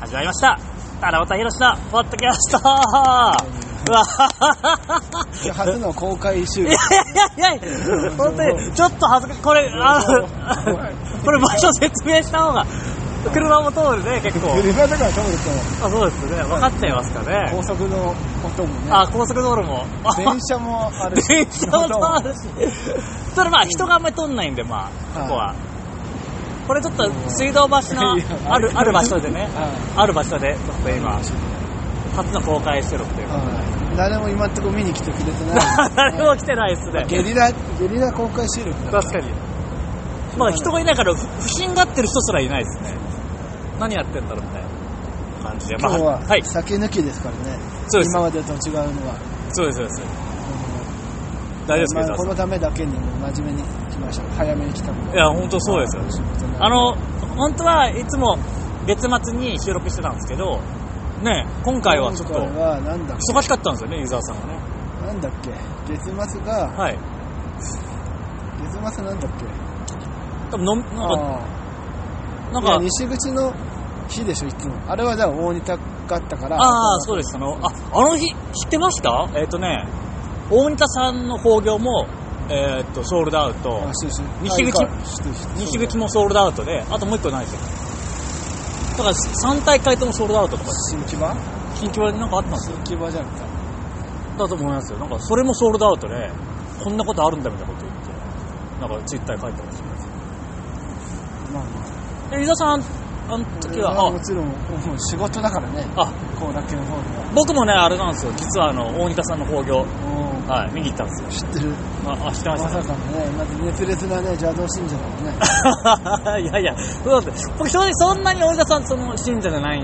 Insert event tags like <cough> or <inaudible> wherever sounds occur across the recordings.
始まりました荒尾宏のポッドキャストうわ今日初の公開収い録やいやいやいや本当にちょっと恥ずかこれあの <laughs> これ場所説明した方が車も通るね結構車だから通るとあそうですね分かっちゃいますかね高速の音もねあ高速道路もあ電車もあるし電車も通るし <laughs> それまあ人があんまり通んないんでまあここはこれちょっと水道橋のいや <laughs> あるある場所でねはある場所でちょっと今初の公開収録というかうん誰も今んとこ見に来てくれてない誰も来てないっすねゲリラゲリラ公開収録だ確かにまあ人がいないからふ不審がってる人すらいないですね何やってんだろうみたいな感じで今日まあ、はいは酒抜きですからねそうです今までと違うのはそうですそうですうん大丈夫まあですこかのためだけに真面目に来ました早めに来たもんいや本当そうですよ仕事のあの本当はいつも月末に収録してたんですけどね今回はちょっと今回はなんだっ忙しかったんですよねユーザーさんがねけなんだっけ月末がはい月末なんだっけ多分のなんかあーなんいやか西口の日でしょいつもあれはだから大仁田があったからああそうですあのああの日知ってましたえっ、とね大仁田さんの興行もえっ、とソールドアウトあそうそう西口あいいか知ってる知ってる西口もソールドアウトで、あともう一個ないですよ。だから3大会ともソールドアウトとか、新木場近畿はなんかあったんですよ。新木場じゃなくてだと思いますよ。なんかそれもソールドアウトで、こんなことあるんだみたいなこと言って、なんかツイッターに書いてましたまあまけど。で、伊沢さん、あのあ時俺は、もちろんもう仕事だからねあ、あ、後楽園ホールは僕もね、あれなんですよ。実はあの、大仁田さんの興行、もうはい、見に行ったんですよ。知ってるあ、あ知ってまました、さかのねまず熱烈なね邪道信者だもん <laughs> ねいやいや、そうだって、僕正直そんなに大田さん、その、信者じゃない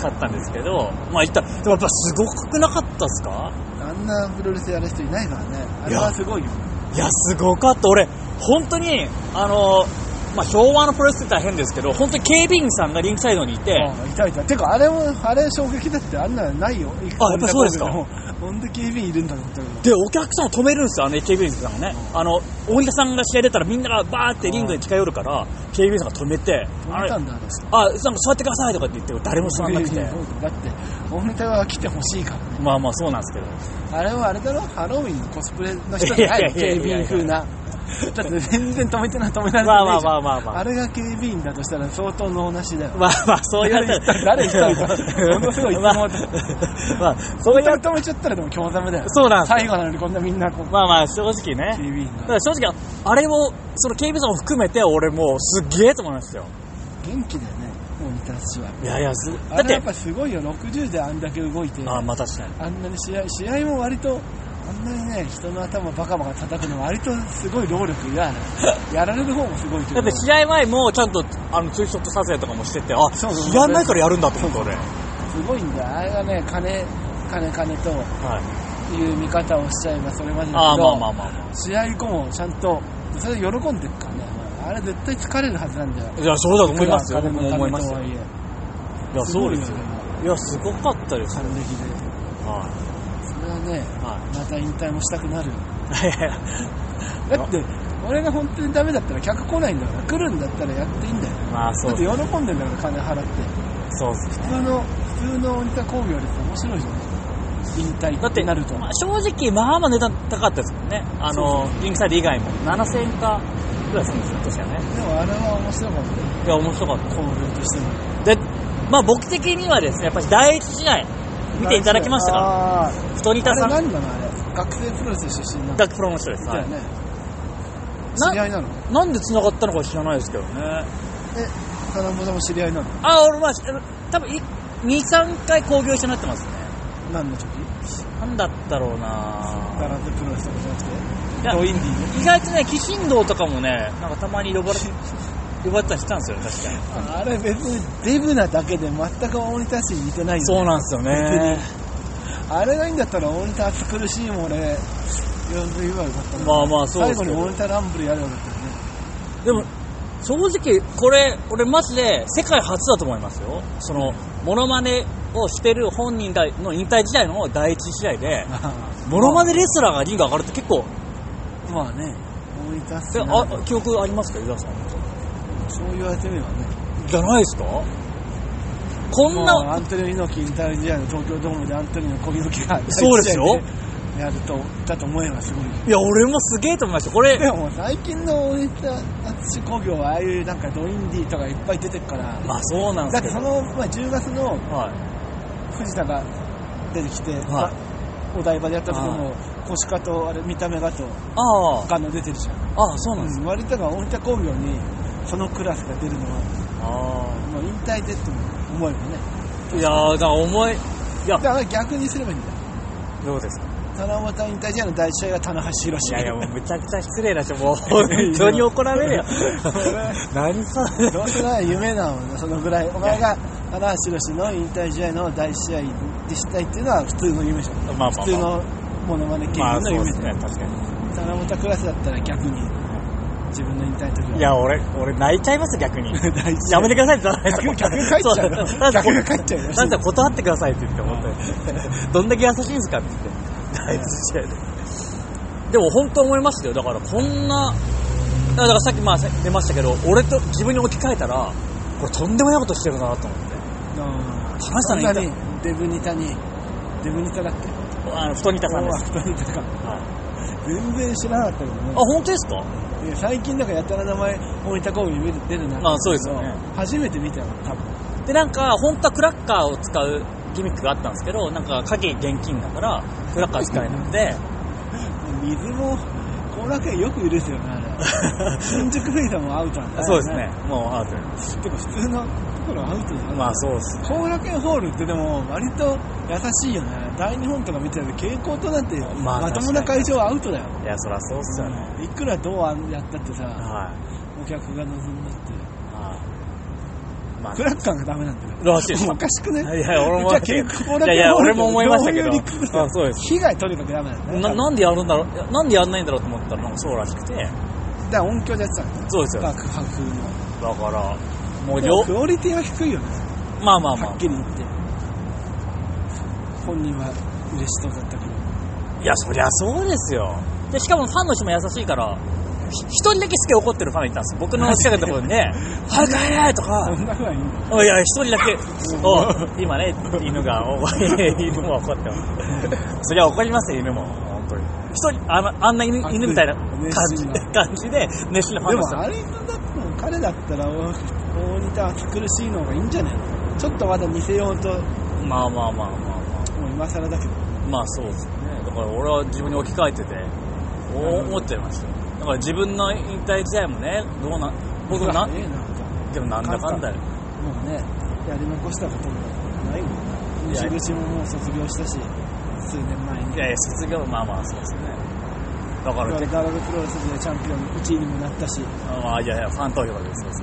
かったんですけど、まあ言った、でもやっぱすごくなかったですかあんなプロレスやる人いないからねあれいやはすごいよいや、すごかった。俺、本当に、あの、まあ昭和のプロレスって言ったら変ですけど、本当に警備員さんがリンクサイドにいて、あいたいたてかあれもあれ衝撃だってあんなのないよあやっぱそうですかほんと警備員いるんだと思ったけどで、お客さんを止めるんですよ、あの警備員さんがね。あの、大田さんが試合出たらみんながバーってリングに近寄るから、警備員さんが止めて、あ止めれ、たあ、んだあれなんか座ってくださいとかって言って、誰も座んなくて。だって大ネタは来てほしいからねまあまあそうなんですけど。あれはあれだろハロウィンのコスプレの人じゃないいやいや警いやい備や員風なだって全然止めてない止められてないまあまあまあまあまあ。あれが警備員だとしたら相当のおなしだよまあまあ、そういう誰一人誰一 <laughs> 人かものすごいいつもまあ、まあ、そういう本当に止めちゃったらでも興ざめだよそうなんですよ最後なのにこんなみんなこうまあまあ、正直ね。警備員だかがら正直、あれを、その警備さんも含めて、俺もうすっげえと思いますよ。元気だよね大ネタたちはいやいや、す、だあっれやてっ、ぱすごいよ60であんだけ動いてあまあ確かに。あんなに試合試合も割とあんなにね人の頭バカバカ叩くのも割とすごい労力いらないやられる方もすごいけだどって試合前もちゃんと、あの、ツーショット撮影とかもしてて、あ、そうそうやんないからやるんだと思って、俺。はすごいんだよあれがね金金金とい。いう見方をしちゃえばそれまでだけどああ、まあまあまあま試合後もちゃんとそれで喜んでるからねあれ絶対疲れるはずなんだよあ。いや、そうだと思いますよ。金僕のも金思いますとよ。はいえや、そうですよごい。いや、すごかったです還よ。暦ではそれはねい。はまた引退もしたくなるい。だって俺が本当にダメだったら客来ないんだから来るんだったらやっていいんだよまあ、だそっうて、喜んでんだから金払ってそうっすね普通の普通の鬼田工業より面白いじゃん引だ退っっててなるとまあ、正直、まあまあ値段高かったですもんね。あの、リンクサイド以外も。7000円かぐらいするんですよ、確かね。でもあれは面白かっいや、面白かったた工業としてもで、まあ僕的にはですね、やっぱり第一試合、見ていただきましたかあー太田さあれん、何なのあれ学生プロレス出身なのダックプロの人です。だはよい、ね知り合ないなのなんで繋がったのか知らないですけどね。え田中さんも知り合いなのあ、俺まあ、多分い2、3回興行一緒になってますね。何の時なんだったろうな田中プロレスとかじゃなくていやドインディー意外とね、鬼神道とかもね、なんかたまに呼ばれて、呼ばれたりしたんですよ、確かに。の <laughs> あれ別にデブなだけで全く大仁田氏に似てないんだよそうなんですよ <laughs> ね。あれないんだったら大仁田暑苦しいもん俺呼んで言えばよかったなまあまあそうですけ最ど後に大仁田ランブルやればよかったよね <laughs> でも、正直、これ、俺マジで世界初だと思いますよ。その、モノマネをしてる本人だの引退時代の第一試合で、モノマネレスラーがリング上がるって結構、まあね、大分っすえねあ記憶ありますか、伊沢さん。そう言われてみればね、じゃないですかこんもうな、アントニオ猪木引退試合の東京ドームでアントニオ小猪木がそうですよ第一試合でやるとだと思えばすご <laughs> いいや、俺もすげえと思いました。これ、でも最近の大分淳工業はああいうなんかドインディーとかいっぱい出てるからまあそうなんでだすけってどそ。の、まあ、10月のは藤田が出てきて、はお台場でやった時はも腰かとあれ見た目がとい。ああ、他の出てるじゃん、ああ、そうなんですうね。ん、割とが大分工業にそのクラスが出るのはあもう引退でって思えばねあ。いやー、だから重い。いやだ、から逆にすればいいんだよどうですか七夕引退試合の第一試合が棚橋宏いやいや、もうめちゃくちゃ失礼な人、 <laughs> もう本当に怒られる <laughs> よ。何さ、どうせなら夢なのよそのぐらいお前が棚橋宏の引退試合の第一試合でしたいっていうのは普通の夢じゃんまあまあま普あ通のモノマネ芸ま人あのそうで夢すだねよ、確かに。七夕クラスだったら逆に自分の引退の時はいや、俺、俺泣いちゃいます、逆に。第一試や合めてくださいって言われ逆逆に帰っちゃうよ逆に帰っちゃうよなんで断ってくださいって言って思って。どんだけ優しいんですかって言って。第一試合で。でも本当思いましたよ。だからこんな、だからさっきまあ出ましたけど、俺と自分に置き換えたら、これとんでもないことしてるなと思って。うん棚橋さんの引退そなにデブニタにデブニタだっけあの、太田さんです。太ニタかあ、全然知らなかったけどね本当ですかで最近なんかやたら名前大分工業に出るなまあそうですよね初めて見たよ多分で、なんか、本当はクラッカーを使うギミックがあったんですけど、なんか、鍵現金だから、クラッカー使えないんで、水も後楽園よく許すよねあ <laughs> れ新宿フェイさんもアウトなんだ <laughs> よそうですね。もうアウトにてか普通のところアウトだよまあそうですね。後楽園ホールってでも割と優しいよね大日本とか見てると蛍光灯なんてまあまともな会場はアウトだよいや、そりゃそうっすよね。いくらどうあんやったってさはお客が望んだってい。はい。まあク、ラッカーがダメなんだよらしいです <laughs> もうおかしくねいやいや俺もじゃあ蛍光灯だけいやいやホール俺も思いましたけどどういう理屈だよあそうです被害とにかくダメなんだよななんでやるんだろういやなんでやんないんだろうと思ったら、なんかそうらしくて。だから音響でやってたんだよそうですよ。だか爆破風のら、もうでよも、クオリティは低いよねまあまあまはっきり言って本人は嬉しそうだったけどあ。いや、そりゃそうですよ。で、しかもファンの人も優しいから、ひ一人だけすげえ怒ってるファンいたんですよ。僕の近くのところに <laughs> ね、早く入れとか、そんなふうはいいんだよいや、一人だけ、お今ね、犬が、お犬も怒ってます。そりゃ怒りますよ、犬も。本当に。一人、あのあんな犬犬みたいな感じ熱心感じで、熱心なファでンの人。もあれだっても彼だったら大仁田は苦しいのがいいんじゃないのちょっとまだ見せようとまあまあまあまあまもう今更だけどあ。まあそうですね。だから俺は自分に置き換えてて、お思っちゃいましたよ。だから自分の引退時代もね、どうな、僕な、ねなんかでもなんだかんだよ。もうねやり残したこともないもんいや西口ももう卒業したし数年前にいやいや、卒業、まあまあそうですね。だからガ結ラルプロレスでチャンピオン1位にもなったし構、まあいやいや、ファン投票でそうです。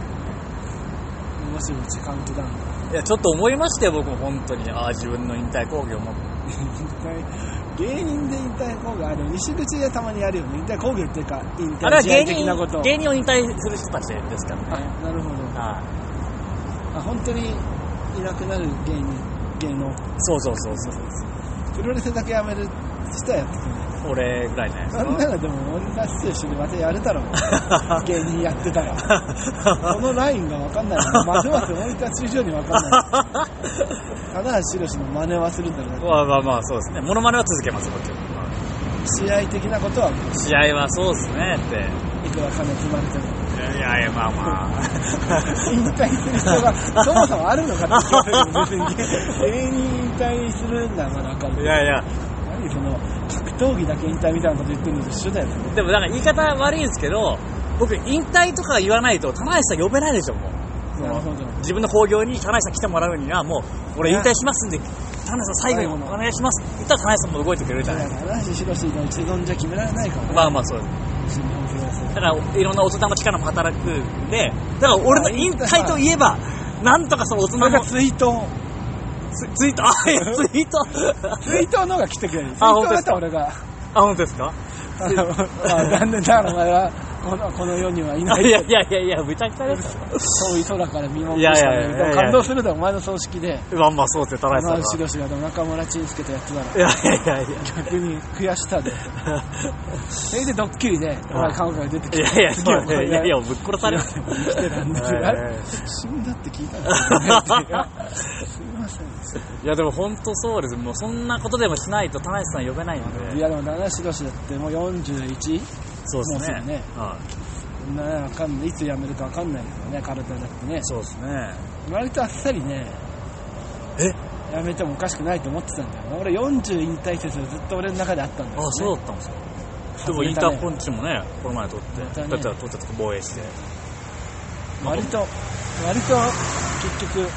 もしもしカウントダウンいや、ちょっと思いましたよ、僕も本当に。ああ、自分の引退講義を持って。引退芸人で引退工業あでも西口がたまにやるよね引退工業っていうか引あれ退は試合芸的なこと人、を芸人を引退する人たちですからあね。なるほどはい。あ本当にいなくなる芸人芸能そうそうそうそう。プロレスだけやめる人はやってく俺ぐらいじゃないです <laughs> れないあんなのでも女選手にまたやるだろう <laughs> 芸人やってたらそのラインが分かんないの真似はす森田中将に分かんない <laughs> 棚橋宏の真似はするんだろうか。なまあまあまあ、そうですね。モノマネは続けます、僕。試合的なことは <laughs> 試合はそうですね、って。いくら金積まれてもいやいや、まあまあ。引退する必要がそもそもあるのかって言われる別に芸人引退するんだまだ分かいるやいや、何その格闘技だけ引退みたいなこと言ってるのと一緒だよねでもなんか言い方悪いですけど、僕、引退とか言わないと、棚橋さん呼べないでしょ、もう。そなるほのど自分の興行に田中さん来てもらうには、もう、俺引退しますんで、田中さん最後にお願いしますって言ったら、田中さんも動いてくれるじゃないですか。棚橋宏の一存じゃ決められないからねまあまあそうです。新日本プロレスだから、いろんな大人の力も働くんで、だから俺の引退といえば、なんとかその大人 <laughs> それがのツイートツツイート、あ、い <laughs> や、ツイート。ツイートの方が来てくれるツイーあトだったら俺があ、本当ですかあのまあ残念ながらお前はこのこの世にはいないいやいやいやいや、むちゃくちゃですよ。遠い空から見守いるやいしやいやいやいや感動するだろお前の葬式でまあまあ、そうですよ、田棚中さん橋宏が中村俊輔とやってたらは。いやいやいや。逆に悔し <laughs> さでそれでドッキリでお前顔から出てきいやていや、そういやいやいや、ぶっ殺されますよ。生きてたんだはいはいはい死んだって聞いたんですよねすいません <laughs> いや、でも本当そうです。もうそんなことでもしないと、田中さん呼べないんいで。やでも棚橋宏だってもう41そうですもうすぐねね。はいねわかんないいつ辞めるかわかんないけどね体だってねそうですね。割とあっさりねえ辞めてもおかしくないと思ってたんだよな俺40引退説がずっと俺の中であったんだよ、ね、あ、そうだったんですよ。で外もイれンたタねーポンチもね、この前取って、まだたっねたら取っちゃって防衛して。割と割と結局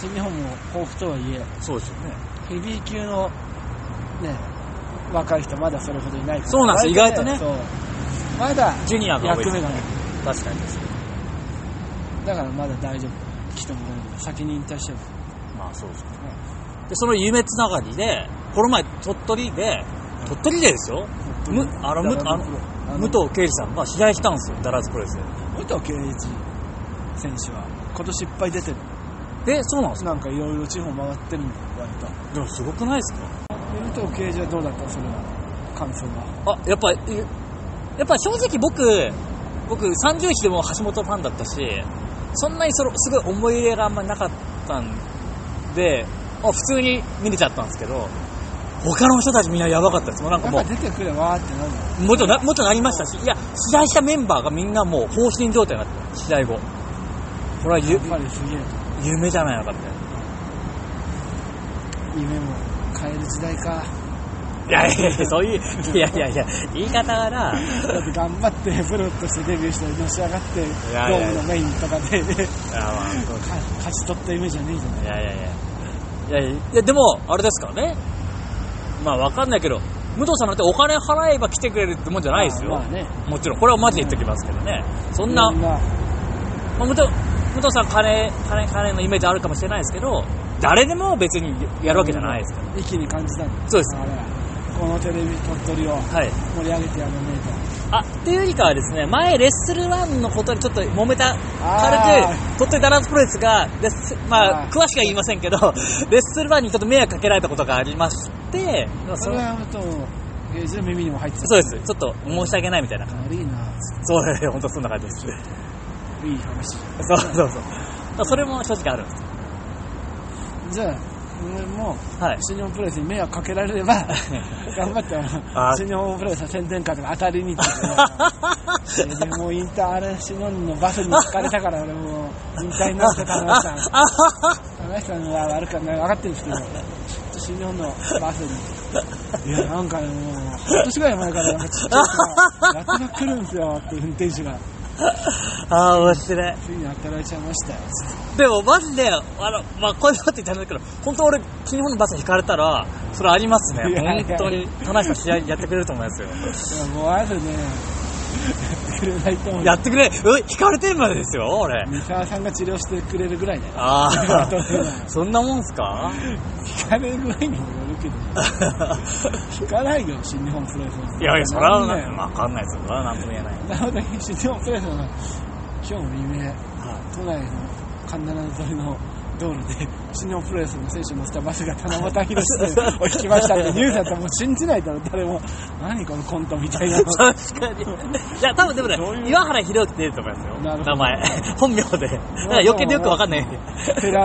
新日本も甲府とはいえそうですよね。ヘビー級のね若い人まだそれほどいないからそうなんです割意外とそうまだジュニアが多いです役目がない確かにですね。だからまだ大丈夫来てもらえる先に引退してるまあそうですよね。で、その夢つながりで、この前鳥取で、鳥取でですよ。むあのむあの武藤敬司さんが試合したんですよ、ダラーズプロレス武藤敬一選手は今年いっぱい出てるで。え、そうなんですかなんかいろいろ地方回ってるんだよ割とでもすごくないですか武藤敬一はどうだったそれは感想はあ、やっぱ、いやっぱ正直僕、僕30日でも橋本ファンだったし、そんなにそのすごい思い入れがあんまりなかったんで、あ普通に見れちゃったんですけど、他の人たちみんなやばかったです。もうなんかもやっうぱ、出てくれわーってなるのもっとな、もっとなりましたし、いや、試合したメンバーがみんなもう放心状態になってた、試合後。これはゆやっぱりすげえ夢じゃないのかみたいな。夢も変える時代かいやいやいや、 <laughs> そういう、いやいやいや、言い方がな、だって頑張ってプロとしてデビューしてのし上がってドやいやームのメインとかで勝あまあそう勝ち取った夢じゃねえじゃないいやいやいや。いやいや、でも、あれですからね。まあ、わかんないけど、武藤さんなんてお金払えば来てくれるってもんじゃないですよ。まあまあねもちろん、これはマジで言ってきますけどね。そんな、いろんまあ、武藤、武藤さん金、金、金のイメージあるかもしれないですけど、誰でも別にやるわけじゃないですから。一気に感じたんだそうですだからこのテレビ鳥取をはい。盛り上げてやらねあ、っていうよりかはですね、前、レッスルワンのことでちょっと揉めた、あー軽く、鳥取ダランスプロレスが、レッスまあ、あー詳しくは言いませんけど、レ <laughs> ッスルワンにちょっと迷惑かけられたことがありまして、まあえとそそれのはもうとえーじゃあ耳にも入ってたそうです。ちょっと申し訳ないみたいな感悪いじ。なそうです。本当そんな感じです。いい話そうそうそう。それも正直あるんです。じゃあ俺もはい。新日本プロレスに迷惑かけられれば <laughs> 頑張ってああの新日本プロレスの宣伝会とか当たりに行ってでもう引退あれしのんのバスに疲れたから俺もう引退になって田中さん田中さんは悪くはない分かってるんですけどちょっと新日本のバスにいやなんかもう半年ぐらい前からなんかちっちゃい人がやたら来るんですよって運転手がああ、 <laughs> 面白い。ついに働いちゃいましたよでも、マジで、あの、まあ、こういうこと言ったんだけど、本当俺、新日本のバス引かれたら、それありますねい。やいや本当に、田中さん試合やってくれると思いますよ。いやもうあるねやってくれないと思うやってくれ、うい引かれてんまでですよ、俺。三沢さんが治療してくれるぐらいだよああ本当だ、 <laughs> そんなもんすか <laughs> 聞かないぐらいにもよるけど聞かないよ新日本プロレスのいやいや、それは、なんだよわかんないですよ。それはなんとも言えない。なので新日本プロレスの今日未明都内の神田の通りの道路で新日本プロレスの選手を乗せたバスが七夕博士を引きましたってニュースだったらもう信じないだろ誰も何このコントみた <laughs> いなの確かに。いや、多分でもねどうい、う岩原宏之って出ると思いますよ。 <laughs> なるほど名前。本名で。だから余計によくわかんない。寺